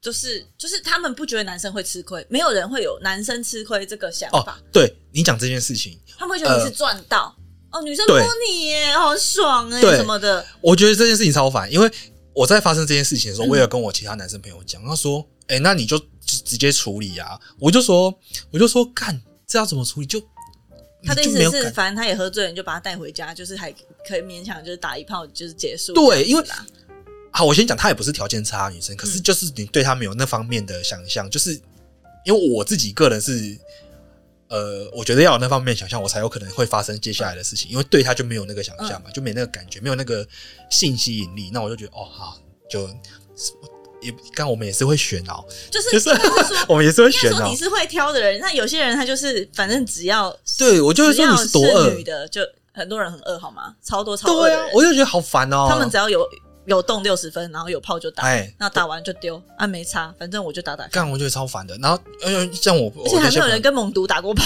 B: 就是就是他们不觉得男生会吃亏，没有人会有男生吃亏这个想
A: 哦
B: 法，，
A: 对你讲这件事情，
B: 他们会觉得你是赚到、哦，女生摸
A: 呃对
B: 你耶，好爽哎
A: 对
B: 什么的，
A: 我觉得这件事情超烦，因为我在发生这件事情的时候，
B: 嗯
A: 我也有跟我其他男生朋友讲，他说：“哎、那你就直直接处理啊。”我就说：“我就说干，这要怎么处理？就
B: 他的
A: 你
B: 意
A: 就没有
B: 思是，
A: 感
B: 反正他也喝醉了，你就把他带回家，就是还可以勉强就是打一炮就是结束。
A: 对，因为
B: 啦嗯
A: 好，我先讲，她也不是条件差的女生，可是就是你对她没有那方面的想象，就是因为我自己个人是。”呃，我觉得要有那方面的想象，我才有可能会发生接下来的事情，
B: 嗯
A: 因为对她就没有那个想象嘛，就没那个感觉，没有那个性吸引力，那我就觉得哦，好，就也刚我们也是会选哦，
B: 就是
A: 就是
B: 应
A: [LAUGHS]
B: 该是
A: 我们也是会
B: 应该
A: 选
B: 说
A: 哦
B: 你。是会挑的人，那有些人他就是反正只要
A: 对，我就会
B: 只
A: 说
B: 要
A: 你多恶
B: 女，的，就很多人很恶好吗？超多超恶
A: 对
B: 的
A: 啊
B: 人，，
A: 我就觉得好烦哦。
B: 他们只要有有动六十分，然后有炮就打，
A: 哎
B: 那打完就丢，啊没差，反正我就打打看。
A: 干，我觉得超烦的。然后，呃，像我，
B: 而且
A: 我那
B: 还没
A: 些
B: 有
A: 朋
B: 人
A: 友，
B: 跟猛毒打过炮，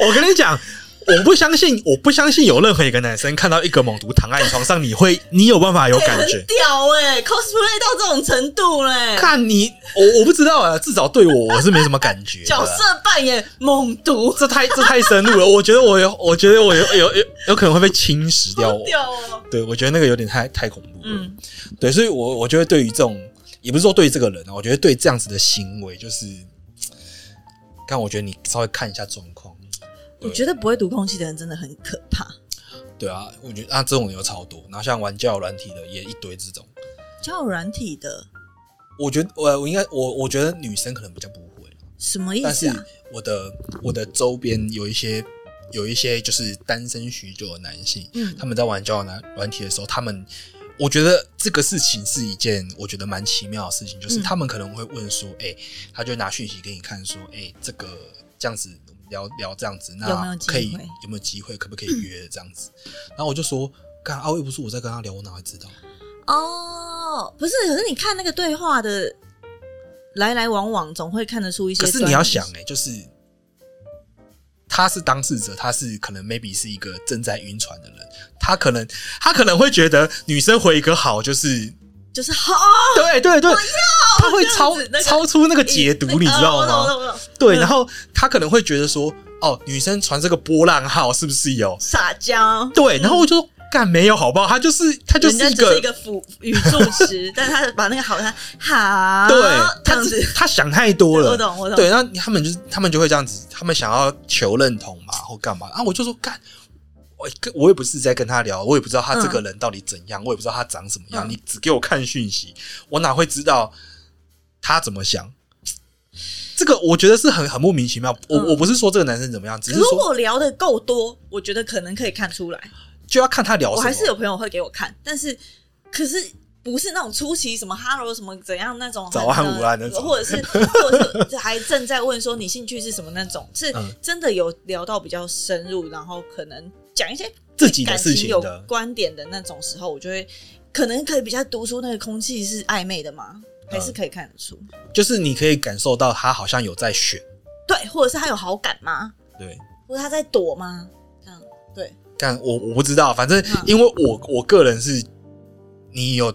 A: 我跟你讲，我不相信，我不相信有任何一个男生看到一个猛毒躺在你床上，你会，你有办法有感觉
B: [LAUGHS] 很？屌哎、c o s p l a y 到这种程度嘞、
A: 看你，我我不知道啊，至少对我，我是没什么感觉的。啊
B: 角色扮演猛毒，
A: 这太这太深入了，我觉得我有，我觉得我有有有有可能会被侵蚀掉
B: 好 [LAUGHS]
A: 我。
B: 屌哦、
A: 对，我觉得那个有点太太恐怖了。
B: 嗯，
A: 对，所以我我觉得对于这种，也不是说对这个人啊，我觉得对这样子的行为，就是，但我觉得你稍微看一下状况，
B: 我觉得不会读空气的人真的很可怕。
A: 对啊，我觉得啊这种有超多，然后像玩交友软体的也一堆这种，
B: 交友软体的
A: 我觉得我我应该我我觉得女生可能比较不会，
B: 什么意
A: 但
B: 思
A: 是
B: 啊？
A: 我的我的周边有一些有一些就是单身许久的男性，
B: 嗯
A: 他们在玩交友软软体的时候，他们我觉得这个事情是一件我觉得蛮奇妙的事情，就是
B: 嗯
A: 他们可能会问说，哎、他就拿讯息给你看说，哎、这个这样子我们聊聊这样子，
B: 有没
A: 那
B: 有机会
A: 可以有没有机会，可不可以约这样子？然后我就说，干啊，我又不是我在跟他聊，我哪会知道？
B: 哦，不是，可是你看那个对话的来来往往，总会看得出一些
A: 可
B: 端
A: 是
B: 倪。
A: 你要想、哎，就是他是当事者，他是可能 maybe 是一个正在晕船的人，他可能他可能会觉得女生回一个好就是 [LAUGHS]
B: 就是哦好
A: 对对对，他会超
B: 这样子那个哦
A: 超出那个解读，你知道
B: 我
A: 吗？
B: 懂我懂我嗯懂，
A: 对，然后他可能会觉得说，哦，女生传这个波浪号是不是有？
B: 撒娇。
A: 对，然后我就说，干没有好不好？他就是他就
B: 人
A: 是一
B: 家只是
A: 个
B: 一个辅语助词，但是他把那个好，他好，
A: [LAUGHS] 对
B: 啊这
A: 他
B: 样子，
A: 他想太多了，
B: 我懂我懂
A: 对，那他们就是他们就会这样子，他们想要求认同嘛，或干嘛啊？我就说干。我跟我也不是在跟他聊，我也不知道他这个人到底怎样，我也不知道他长什么样。
B: 嗯
A: 你只给我看讯息，我哪会知道他怎么想？这个我觉得是很很莫名其妙。我、
B: 嗯
A: 我不是说这个男生怎么样，只是
B: 如
A: 说
B: 果聊的够多，我觉得可能可以看出来。
A: 就要看他哦聊什
B: 我
A: 么。
B: 还是有朋友会给我看，但是可是不是那种出奇什么 hello 什么怎样那种
A: 早安
B: 很呃
A: 午安那种
B: 或者是或者是还正在问说你兴趣是什么那种，是
A: 嗯
B: 真的有聊到比较深入，然后可能讲一些
A: 自己的
B: 感
A: 事
B: 情
A: 情
B: 有
A: 的
B: 观点的那种时候，我就会可能可以比较读出那个空气是暧昧的吗？
A: 嗯
B: 还是可以看得出？
A: 就是你可以感受到他好像有在选，
B: 对，或者是他有好感吗？
A: 对，
B: 或者他在躲吗？这样对，
A: 但我我不知道，反正
B: 嗯
A: 因为我我个人是，你有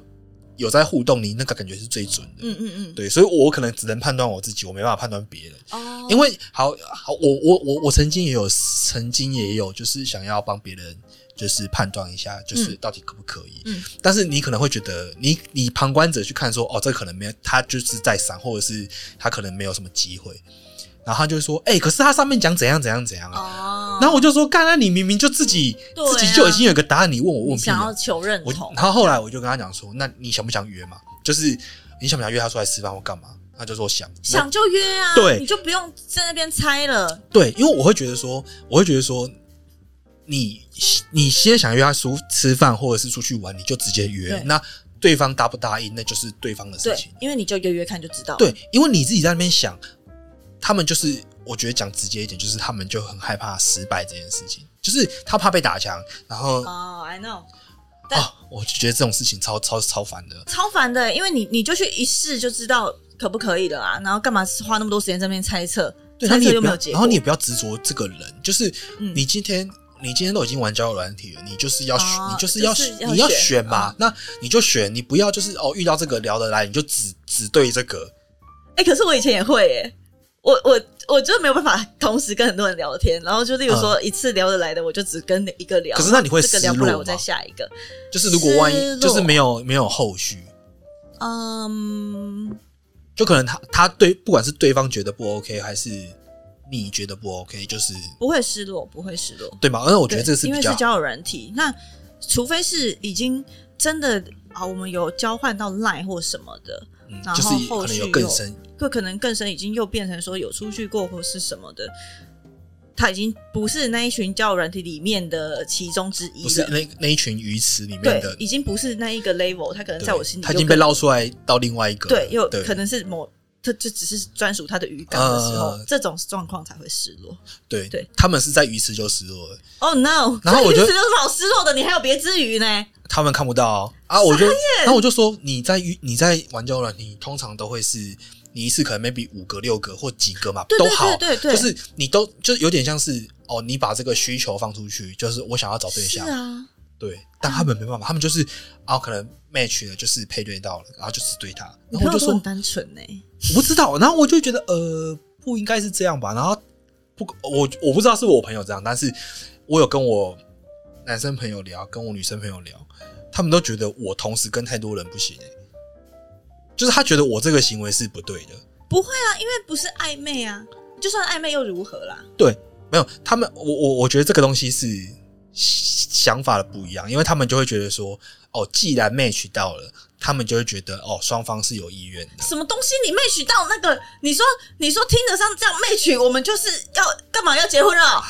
A: 有在互动，你那个感觉是最准的，
B: 嗯嗯嗯，
A: 对，所以我可能只能判断我自己，我没办法判断别人，
B: 哦，
A: 因为好好，我我我我曾经也有，曾经也有，就是想要帮别人。就是判断一下，就是到底可不可以。
B: 嗯
A: 但是你可能会觉得，你你旁观者去看说，哦，这可能没有，他就是在闪，或者是他可能没有什么机会。然后他就会说，哎、可是他上面讲怎样怎样怎样啊，
B: 哦，
A: 然后我就说，干，那你明明就自己、
B: 对啊
A: 自己就已经有个答案，你问我
B: 你
A: 问屁
B: 想
A: 啊
B: 要求认
A: 我
B: 同，
A: 然后后来我就跟他讲说，那你想不想约嘛？就是你想不想约他出来吃饭或干嘛？他就说想
B: 想就约啊，
A: 对
B: 你就不用在那边猜了。
A: 我对，因为我会觉得说，我会觉得说，你你先想约他出吃饭或者是出去玩，你就直接约
B: 对。
A: 那对方答不答应，那就是对方的事
B: 对
A: 情。，
B: 因为你就约约看就知道。，
A: 对，因为你自己在那边想，他们就是我觉得讲直接一点，就是他们就很害怕失败这件事情，就是他怕被打枪，然后
B: 哦、i know，但
A: 啊，我就觉得这种事情超超超烦的。
B: 超烦的，因为你你就去一试就知道可不可以了啊，然后干嘛花那么多时间在那边猜测？
A: 对，然
B: 猜
A: 后你
B: 测
A: 也
B: 又
A: 不
B: 没
A: 要
B: 有，结
A: 然
B: 果
A: 后你也不要执着这个人，就是
B: 嗯
A: 你今天。你今天都已经玩交友软体了，你就是要选，
B: 哦
A: 你就是
B: 就
A: 要
B: 是要
A: 你要
B: 选
A: 选嘛，
B: 嗯
A: 那你就选，你不要就是哦遇到这个聊得来，你就只只对这个，
B: 哎、可是我以前也会耶、我我我就没有办法同时跟很多人聊天，然后就例如说一次聊得来的，我就只跟一个
A: 嗯
B: 聊。
A: 可是那你会
B: 这个聊不
A: 失
B: 来，
A: 落
B: 我再
A: 吗
B: 下一个。
A: 就是如果万
B: 失
A: 一
B: 落
A: 就是没有没有后续，
B: 嗯，
A: 就可能他他对不管是对方觉得不 OK 还是你觉得不 OK，就是
B: 不会失落，不会失落。
A: 对嘛？而且我
B: 我
A: 觉得这是
B: 因
A: 比
B: 为
A: 较
B: 是交友软体，那除非是已经真的啊，我们有交换到 Line 或什么的，
A: 嗯
B: 然
A: 就是
B: 后
A: 可
B: 后
A: 能
B: 续
A: 有更
B: 有
A: 深
B: 就可能更深已经又变成说有出去过或是什么的，他已经不是那一群交友软体里面的其中之一
A: 不是
B: 了。
A: 那那一群鱼池里面
B: 对
A: 的，，
B: 已经不是那一个 level，他可能
A: 对
B: 在我心里
A: 他已
B: 又
A: 经被
B: 更
A: 捞出来到另外一个了，
B: 对，又
A: 对
B: 可能是某，他就只是专属他的渔港的时候，
A: 嗯
B: 这种状况才会失落。
A: 对
B: 对
A: 他们是在鱼池就失落了，
B: Oh no！
A: 然后我
B: 这
A: 就
B: 鱼池有什么好失落的？你还有别之鱼呢？
A: 他们看不到哦、啊，我就，然后我就说你在鱼你在玩交友软体，你通常都会是你一次可能 maybe 五个六个或几个嘛，
B: 对对
A: 都好，
B: 对对对
A: 就是你都就是有点像是哦，你把这个需求放出去，就是我想要找对
B: 是
A: 象，
B: 啊，
A: 对，但他们没办法，他们就是啊，可能 match 了就是配对到了，然后就只对他，
B: 你
A: 然后我
B: 朋友
A: 就
B: 都
A: 说
B: 很单纯呢、
A: 我不知道，然后我就觉得呃，不应该是这样吧。然后不，我我不知道是我朋友这样，但是我有跟我男生朋友聊，跟我女生朋友聊，他们都觉得我同时跟太多人不行、欸，就是他觉得我这个行为是不对的。
B: 不会啊，因为不是暧昧啊，就算暧昧又如何啦？
A: 对，没有他们，我我我觉得这个东西是想法的不一样，因为他们就会觉得说，哦，既然 match 到了，他们就会觉得哦，双方是有意愿的。
B: 什么东西你 match 到那个？你说你说听得上这样 match，我们就是要干嘛要结
A: [LAUGHS]
B: 婚了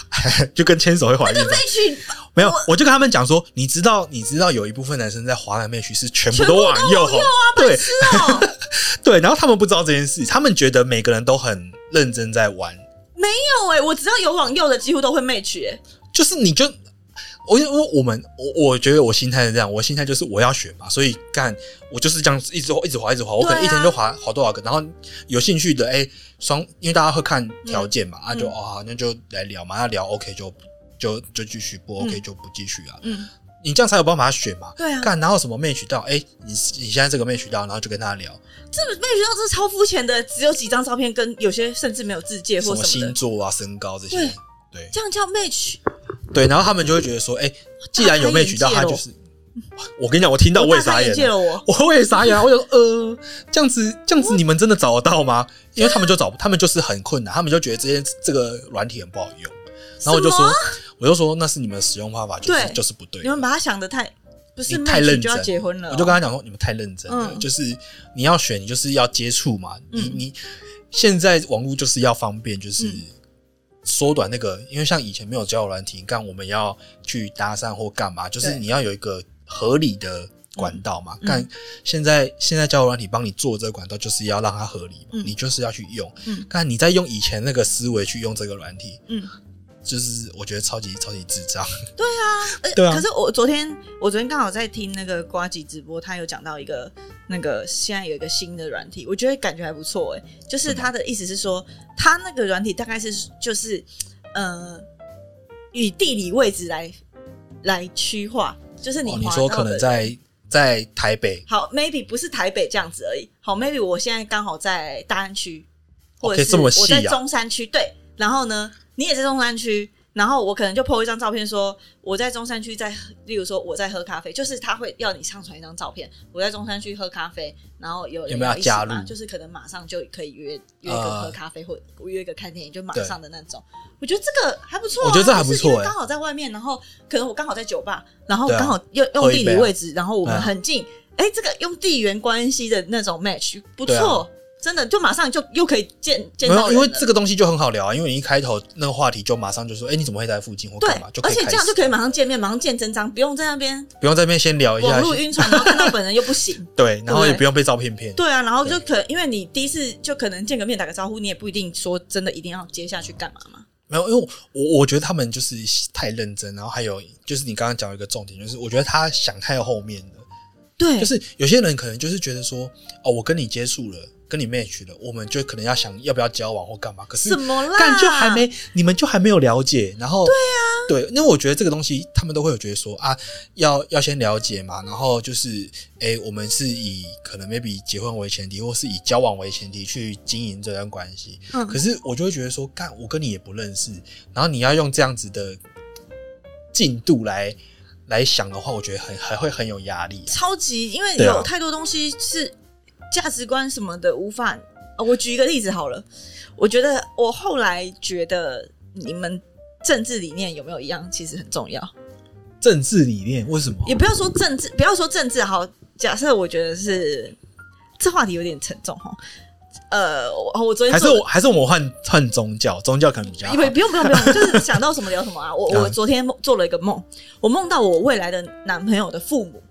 A: 就跟牵手会怀孕吧。
B: ？match
A: 没有，我就跟他们讲说，你知道，你知道有一部分男生在华南面区是全部都往右啊吼，对
B: 是
A: [LAUGHS]
B: 哦，
A: 对，然后他们不知道这件事，他们觉得每个人都很认真在玩，
B: 没有哎、我只要有往右的，几乎都会 match 哎、
A: 就是你就，我因为我们我我觉得我心态是这样，我心态就是我要选嘛，所以干我就是这样一直一直滑一直滑，我可能
B: 对啊
A: 一天就滑滑多少个，然后有兴趣的哎双，因为大家会看条件嘛，啊嗯就哦好那就来聊嘛，那聊 OK 就就就继续，不 OK 就不继续啊，
B: 嗯，
A: 你这样才有办法选嘛。
D: 对啊，
A: 干哪有什么 match 到？哎、你你现在这个 match 到，然后就跟他聊
D: 这个被学校这超肤浅的，只有几张照片，跟有些甚至没有字界
A: 什
D: 或
A: 么
D: 什么
A: 星
D: 的，
A: 座啊、身高这些
D: 对，
A: 对
D: 这样叫 match。
A: 对，然后他们就会觉得说，哎、既然有
D: 大开眼
A: match 到，
D: 界
A: 他
D: 了嗯哦
A: 就是， [LAUGHS] 我跟你讲，我听到我也
D: 大
A: 傻
D: 开眼
A: 眼
D: 界
A: 了，
D: 了我，
A: 我也傻眼啊，我想说，呃，这样子这样
D: 哦
A: 子，你们真的找得到吗？因为他们就找，他们就是很困难，他们就觉得这些这个软体很不好用，然后我就
D: 什
A: 说
D: 么，
A: 我就说那是你们使用方法就是
D: 对
A: 就是不对
B: 你，们把他想的太不是
A: 你太认
B: match 就
A: 真
B: 要结婚了哦、
A: 我就跟他讲说，你们太认真了，
B: 嗯
A: 就是你要选，你就是要接触嘛。你你现在网络就是要方便，就是
B: 嗯
A: 缩短那个，因为像以前没有交友软体，干我们要去搭讪或干嘛，就是
B: 对嗯
A: 你要有一个合理的管道嘛。干、现在现在交友软体帮你做这个管道，就是要让它合理嘛，
B: 嗯
A: 你就是要去用
B: 嗯。
A: 干、你在用以前那个思维去用这个软体，
B: 嗯，
A: 就是我觉得超级超级智障。
B: 而且
A: 对啊
B: 可是我昨天我昨天刚好在听那个瓜吉直播，他有讲到一个那个现在有一个新的软体，我觉得感觉还不错哎、就是他的意思是说，他那个软体大概是就是呃，以地理位置来来区划，就是你、
A: 哦，你说可能。在在台北。
B: 好，maybe 不是台北这样子而已。好，maybe 我现在刚好在大安区，或者
A: OK，
B: 是
A: 这么
B: 我
A: 细
B: 在
A: 啊
B: 中山区。对，然后呢，你也在中山区，然后我可能就 po 一张照片说我在中山区在，例如说我在喝咖啡，就是他会要你上传一张照片，我在中山区喝咖啡，然后有人
A: 有没有
B: 要
A: 要
B: 一起
A: 加
B: 吗
A: 入呃
B: 就是可能马上就可以约约一个喝咖啡，或或约一个看电影，就马
A: 对
B: 上的那种。我觉得这个还不错啊、
A: 我觉得这还不错
B: 就是因为
A: 欸
B: 刚好在外面，然后可能我刚好在酒吧，然后
A: 对啊
B: 刚好用用
A: 喝一
B: 地
A: 杯
B: 理
A: 啊
B: 位置，然后我们
A: 嗯
B: 很近，哎、这个用地缘关系的那种 match 不
A: 对
B: 错，
A: 啊
B: 真的就马上就又可以见见
A: 没
B: 到
A: 有，
B: 人
A: 因
B: 了
A: 为这个东西就很好聊啊，因为你一开头那个话题就马上就说，哎、你怎么会在附近或
B: 对
A: 干嘛，，就可
B: 而
A: 以
B: 且
A: 开
B: 这样
A: 始
B: 就可以马上见面，马上见真章，不用在那边
A: 不用在那边先聊一
B: 网
A: 下，
B: 络晕船，然后看到本人又不行。
A: [LAUGHS] 对，然后
B: 对
A: 也不用被照片骗，
B: 对啊，然后就可因为你第一次就可能见个面打个招呼，你也不一定说真的一定要接下去干嘛嘛。
A: 没有，因为我我觉得他们就是太认真，然后还有就是你刚刚讲一个重点，就是我觉得他想太后面了，
B: 对，
A: 就是有些人可能就是觉得说，哦，我跟你接触了，跟你 match 了，我们就可能要想要不要交往或干嘛，可是
B: 什么啦？
A: 干就还没，你们就还没有了解，然后对啊，对，因为我觉得这个东西他们都会有觉得说啊，要要先了解嘛，然后就是诶，我们是以可能 maybe 结婚为前提，或是以交往为前提去经营这段关系。
B: 嗯
A: 可是我就会觉得说，干我跟你也不认识，然后你要用这样子的进度来来想的话，我觉得很还会很有压力、啊。
B: 超级，因为
A: 对啊
B: 有太多东西是价值观什么的无法、呃我举一个例子好了，我觉得我后来觉得你们政治理念有没有一样，其实很重要。
A: 政治理念为什么？
B: 也不要说政治，不要说政治好。假设我觉得是这话题有点沉重哈。呃，我我昨天
A: 还是
B: 做
A: 我还是我们换换宗教，宗教可能比较好
B: 因为不用不用不用，
A: [LAUGHS]
B: 就是想到什么聊什么啊。我我
A: 嗯
B: 昨天梦做了一个梦，我梦到我未来的男朋友的父母，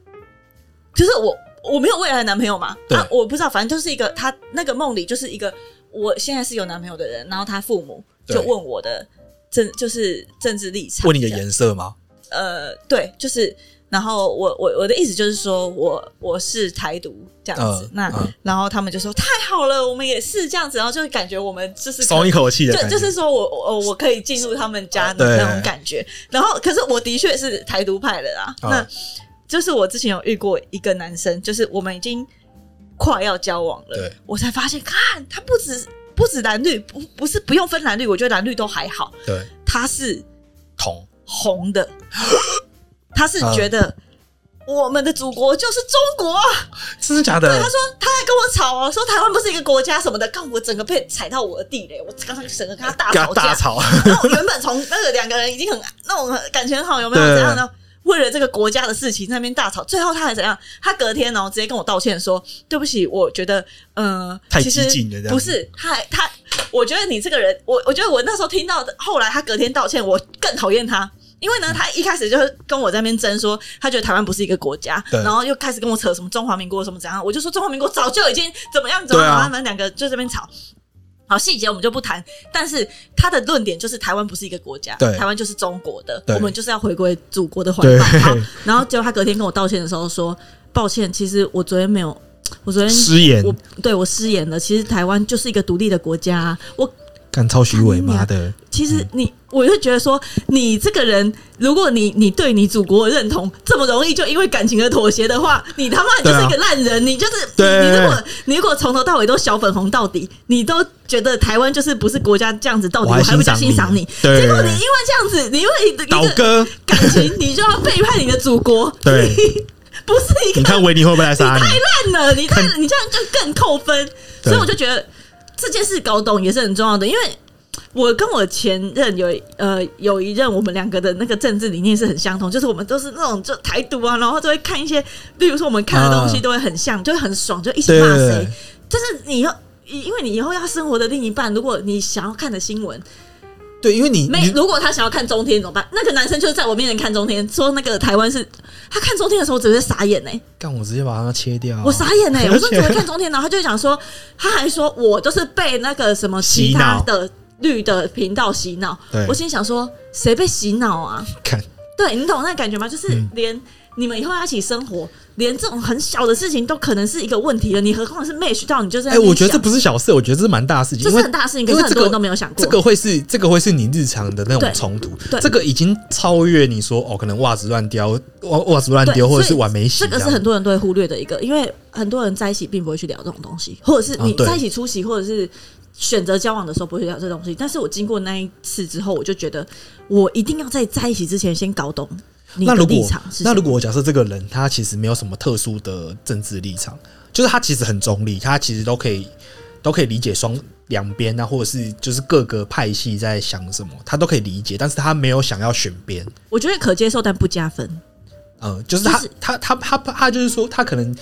B: 就是我我没有未来的男朋友嘛，
A: 对
B: 啊，我不知道，反正就是一个他那个梦里就是一个我现在是有男朋友的人，然后他父母就
A: 对
B: 问我的政就是政治立场，
A: 问你的
B: 这样
A: 颜色吗？
B: 呃，对，就是，然后我我我的意思就是说我我是台独这样子，
A: 嗯
B: 那、
A: 嗯
B: 然后他们就说太好了，我们也是这样子，然后就感觉我们就是可
A: 松一口气的
B: 就
A: 感觉，
B: 就是说我我我可以进入他们家的
A: 对
B: 那种感觉，然后可是我的确是台独派的啦，
A: 嗯
B: 那就是我之前有遇过一个男生，就是我们已经快要交往了
A: 对，
B: 我才发现，看他不止不止蓝绿，不不是不用分蓝绿，我觉得蓝绿都还好，
A: 对
B: 他是
A: 同。
B: 红
A: [GASPS]
B: 的，他是觉得
A: 啊
B: 我们的祖国就是中国啊。 [LAUGHS]
A: 真的假的？他说
B: 他还跟我吵哦，说台湾不是一个国家什么的，看我整个被踩到我的地雷，我刚刚整个跟他大
A: 跟他
B: 吵
A: 大
B: 架。
A: 吵，
B: [LAUGHS] 然后原本从那个两个人已经很那种感情很好，有没有
A: 对啊
B: 怎样呢？为了这个国家的事情在那边大吵，最后他还怎样？他隔天哦，直接跟我道歉说：“对不起，我觉得，呃，
A: 太
B: 其实
A: 激进了这样子
B: 不是，他还他，我觉得你这个人，我我觉得我那时候听到的，后来他隔天道歉，我更讨厌他。因
A: 嗯
B: 为呢，他一开始就是跟我在那边争说，他觉得台湾不是一个国家，
A: 对
B: 然后又开始跟我扯什么中华民国什么怎样，我就说中华民国早就已经怎么样怎么
A: 对啊
B: 样，然后他们两个就这边吵。好，细节我们就不谈，但是他的论点就是台湾不是一个国家，
A: 对
B: 台湾就是中国的，
A: 对
B: 我们就是要回归祖国的怀
A: 对
B: 抱。好， [LAUGHS] 然后结果他隔天跟我道歉的时候说：“抱歉，其实我昨天没有，我昨天
A: 失言
B: 我对我失言了。其实台湾就是一个独立的国家啊、我
A: 干超虚伪妈的，
B: 其
A: 嗯
B: 实你，我就觉得说，你这个人，如果你你对你祖国的认同这么容易就因为感情而妥协的话，你他妈你就是一个烂人，你就是你
A: 对
B: 你如果你如果从头到尾都小粉红到底，你都觉得台湾就是不是国家这样子到底，
A: 我
B: 我
A: 还
B: 还不想
A: 欣
B: 欣
A: 赏
B: 赏
A: 你
B: 你。
A: 对
B: 结果你因为这样子，你因为你的一
A: 倒
B: 个
A: 戈。
B: 感情，你就要背叛你的祖国，
A: [LAUGHS] 对，
B: [LAUGHS] 不是一个
A: 你看维尼会不会来杀你？
B: 烂了，你这样你这样就更扣分，
A: 对
B: 所以我就觉得这件事搞懂也是很重要的，因为我跟我前任有呃有一任，我们两个的那个政治理念是很相同，就是我们都是那种就台独啊，然后就会看一些，例如说我们看的东西
A: 啊
B: 都会很像，就会很爽，就一起
A: 对
B: 骂
A: 对对
B: 谁，但是你要。因为你以后要生活的另一半，如果你想要看的新闻，
A: 对，因为你
B: 没
A: 你
B: 如果他想要看中天怎么办？那个男生就是在我面前看中天，说那个台湾是他看中天的时候，我直接傻眼欸呢、
A: 干，我直接把它切掉啊。
B: 我傻眼
A: 而且
B: 哎、我说怎么看中天呢？然后他就讲说，他还说我就是被那个什么其他的绿的频道洗脑
A: 对。
B: 我心想说，谁被洗脑啊？
A: 看，
B: 对你懂那个感觉吗？就是
A: 嗯
B: 连你们以后要一起生活，连这种很小的事情都可能是一个问题了，你何况是 match 到你就在
A: 哎，
B: 那边
A: 我觉得这
B: 想
A: 不是小事，我觉得这是蛮大的事情，
B: 这
A: 因
B: 是
A: 为
B: 很大的事情，可
A: 因为
B: 是
A: 这
B: 很
A: 个
B: 多人都没有想过。
A: 这个会是这个会是你日常的那种
B: 对
A: 冲突，
B: 对
A: 这个已经超越你说哦，可能袜子乱丢，袜袜子乱
B: 对
A: 丢，或者是
B: 所以
A: 碗没洗
B: 这
A: 样，
B: 个是很多人都会忽略的一个，因为很多人在一起并不会去聊这种东西，或者是
A: 啊
B: 你
A: 对
B: 在一起出席，或者是选择交往的时候不会聊这东西。但是我经过那一次之后，我就觉得我一定要在在一起之前先搞懂你
A: 那
B: 的
A: 如
B: 立
A: 果
B: 场是什么
A: 那如果我假设这个人他其实没有什么特殊的政治立场，就是他其实很中立，他其实都可以都可以理解双两边啊，或者是就是各个派系在想什么，他都可以理解，但是他没有想要选边。
B: 我觉得可接受，但不加分。
A: 嗯，就是他、
B: 就是
A: 他他他他他就是说他可能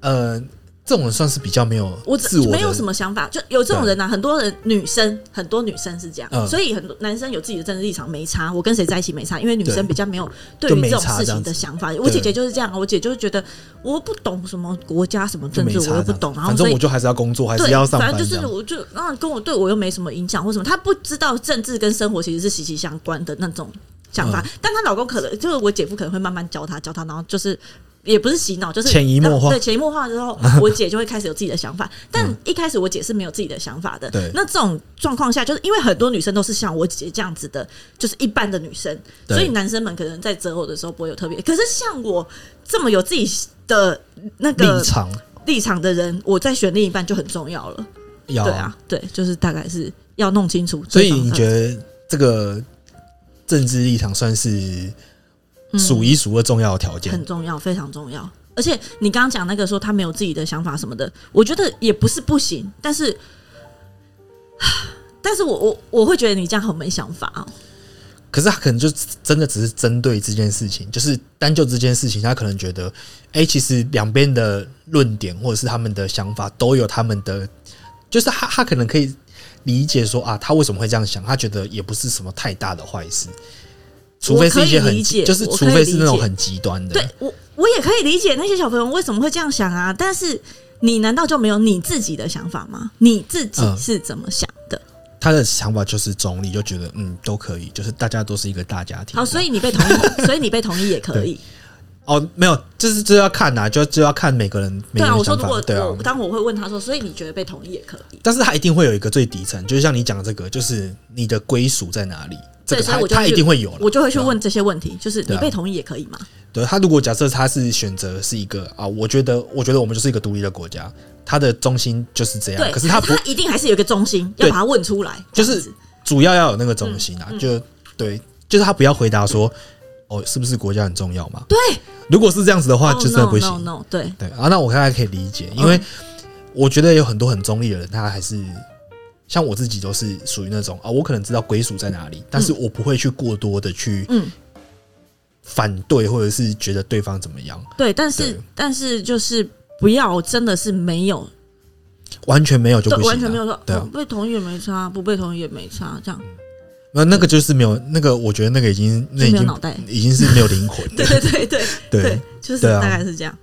A: 呃这种人算是比较没有
B: 我只
A: 自我的
B: 没有什么想法，就有这种人啊，很多人女生，很多女生是这样，
A: 嗯
B: 所以很多男生有自己的政治立场没差，我跟谁在一起没差，因为女
A: 对
B: 生比较没有对
A: 就
B: 于
A: 没
B: 这种
A: 差
B: 事
A: 这样
B: 情
A: 子
B: 的想法。我姐姐就是这样啊，我姐就是觉得我不懂什么国家什么
A: 就
B: 政
A: 没
B: 治，
A: 差
B: 我又
A: 这
B: 不
A: 样
B: 懂，然后
A: 反
B: 所
A: 正
B: 以
A: 我就还是要工作，还
B: 对，
A: 是要上班
B: 反正
A: 这
B: 就是
A: 样。
B: 我就那跟我对我又没什么影响或什么，她不知道政治跟生活其实是息息相关的那种想
A: 嗯
B: 法，但她老公可能就是我姐夫可能会慢慢教她教她，然后就是。也不是洗脑，就是
A: 潜移默化嗯
B: 对，潜移默化
A: [LAUGHS]
B: 之后，我姐就会开始有自己的想法。但一开始我姐是没有自己的想法的。
A: 对
B: 那这种状况下，就是因为很多女生都是像我姐这样子的，就是一般的女生，
A: 对
B: 所以男生们可能在择偶的时候不会有特别。可是像我这么有自己的那个
A: 立场
B: 立场的人，我在选另一半就很重要了。
A: 要
B: 对啊，嗯对，就是大概是要弄清楚
A: 所
B: 对
A: 以
B: 方到
A: 你
B: 底。
A: 觉得这个政治立场算是数一数二重要的条件？
B: 嗯很重要，非常重要。而且你刚刚讲那个说他没有自己的想法什么的，我觉得也不是不行，但是，但是我我我会觉得你这样很没想法哦。
A: 可是他可能就真的只是针对这件事情，就是单就这件事情，他可能觉得，哎、其实两边的论点或者是他们的想法都有他们的，就是他他可能可以理解说啊，他为什么会这样想，他觉得也不是什么太大的坏事。除非是一些
B: 我可以
A: 很
B: 理解
A: 就是，
B: 我
A: 除
B: 可以
A: 非是那
B: 理
A: 种
B: 解
A: 很极端的，
B: 对我我也可以理解那些小朋友为什么会这样想啊，但是你难道就没有你自己的想法吗？你自己
A: 嗯
B: 是怎么想的？
A: 他的想法就是中立，就觉得嗯都可以，就是大家都是一个大家庭。
B: 好，所以你被同意，所以你被同意也可以。
A: 哦，没有，就是就要看呐、啊就就要看每个人每
B: 对
A: 个
B: 啊，
A: 人
B: 我说
A: 想
B: 如
A: 法 [LAUGHS]
B: 果。
A: 对啊
B: 我，当我会问他说，所以你觉得被同意也可以？
A: 但是他一定会有一个最底层，就是像你讲的这个，就是你的归属在哪里，这
B: 对
A: 个
B: 所以
A: 他
B: 我就
A: 他
B: 会
A: 一
B: 去
A: 定会有啦。
B: 我就会去
A: 对啊
B: 问这些问题，就是
A: 对
B: 你
A: 啊
B: 被同意也可以吗？
A: 对他如果假设他是选择是一个啊，我觉得我觉得我们就是一个独立的国家，他的中心就是这样。
B: 对，
A: 啊可是他不
B: [LAUGHS] 他一定还是有一个中心，
A: 对
B: 要把它问出来，
A: 就
B: 这样
A: 是
B: 子
A: 主要要有那个中心
B: 嗯
A: 啊，就对，就是他不要回答说哦，是不是国家很重要嘛？对，如果是这样子的话，
B: Oh,
A: 啊就真的不
B: No,
A: 行
B: no, no, 对，
A: 对啊，那我大概可以理解，
B: 嗯
A: 因为我觉得有很多很中立的人，他还是像我自己都是属于那种啊，我可能知道归属在哪里，但是我不会去过多的去
B: 嗯，
A: 反对或者是觉得对方怎么样，
B: 对，但是
A: 对
B: 但是就是不要，真的是没有，
A: 完全没有就不行、啊，
B: 完全没有说
A: 对
B: 哦
A: 啊，
B: 被同意也没差，不被同意也没差，这样。
A: 那那个就是没有那个，我觉得那个已经那已
B: 就没有
A: 经
B: 脑袋
A: 已经是没有灵魂
B: 对
A: 的，
B: [LAUGHS] 对对对
A: 对
B: 对，就是
A: 对啊
B: 大概是这样。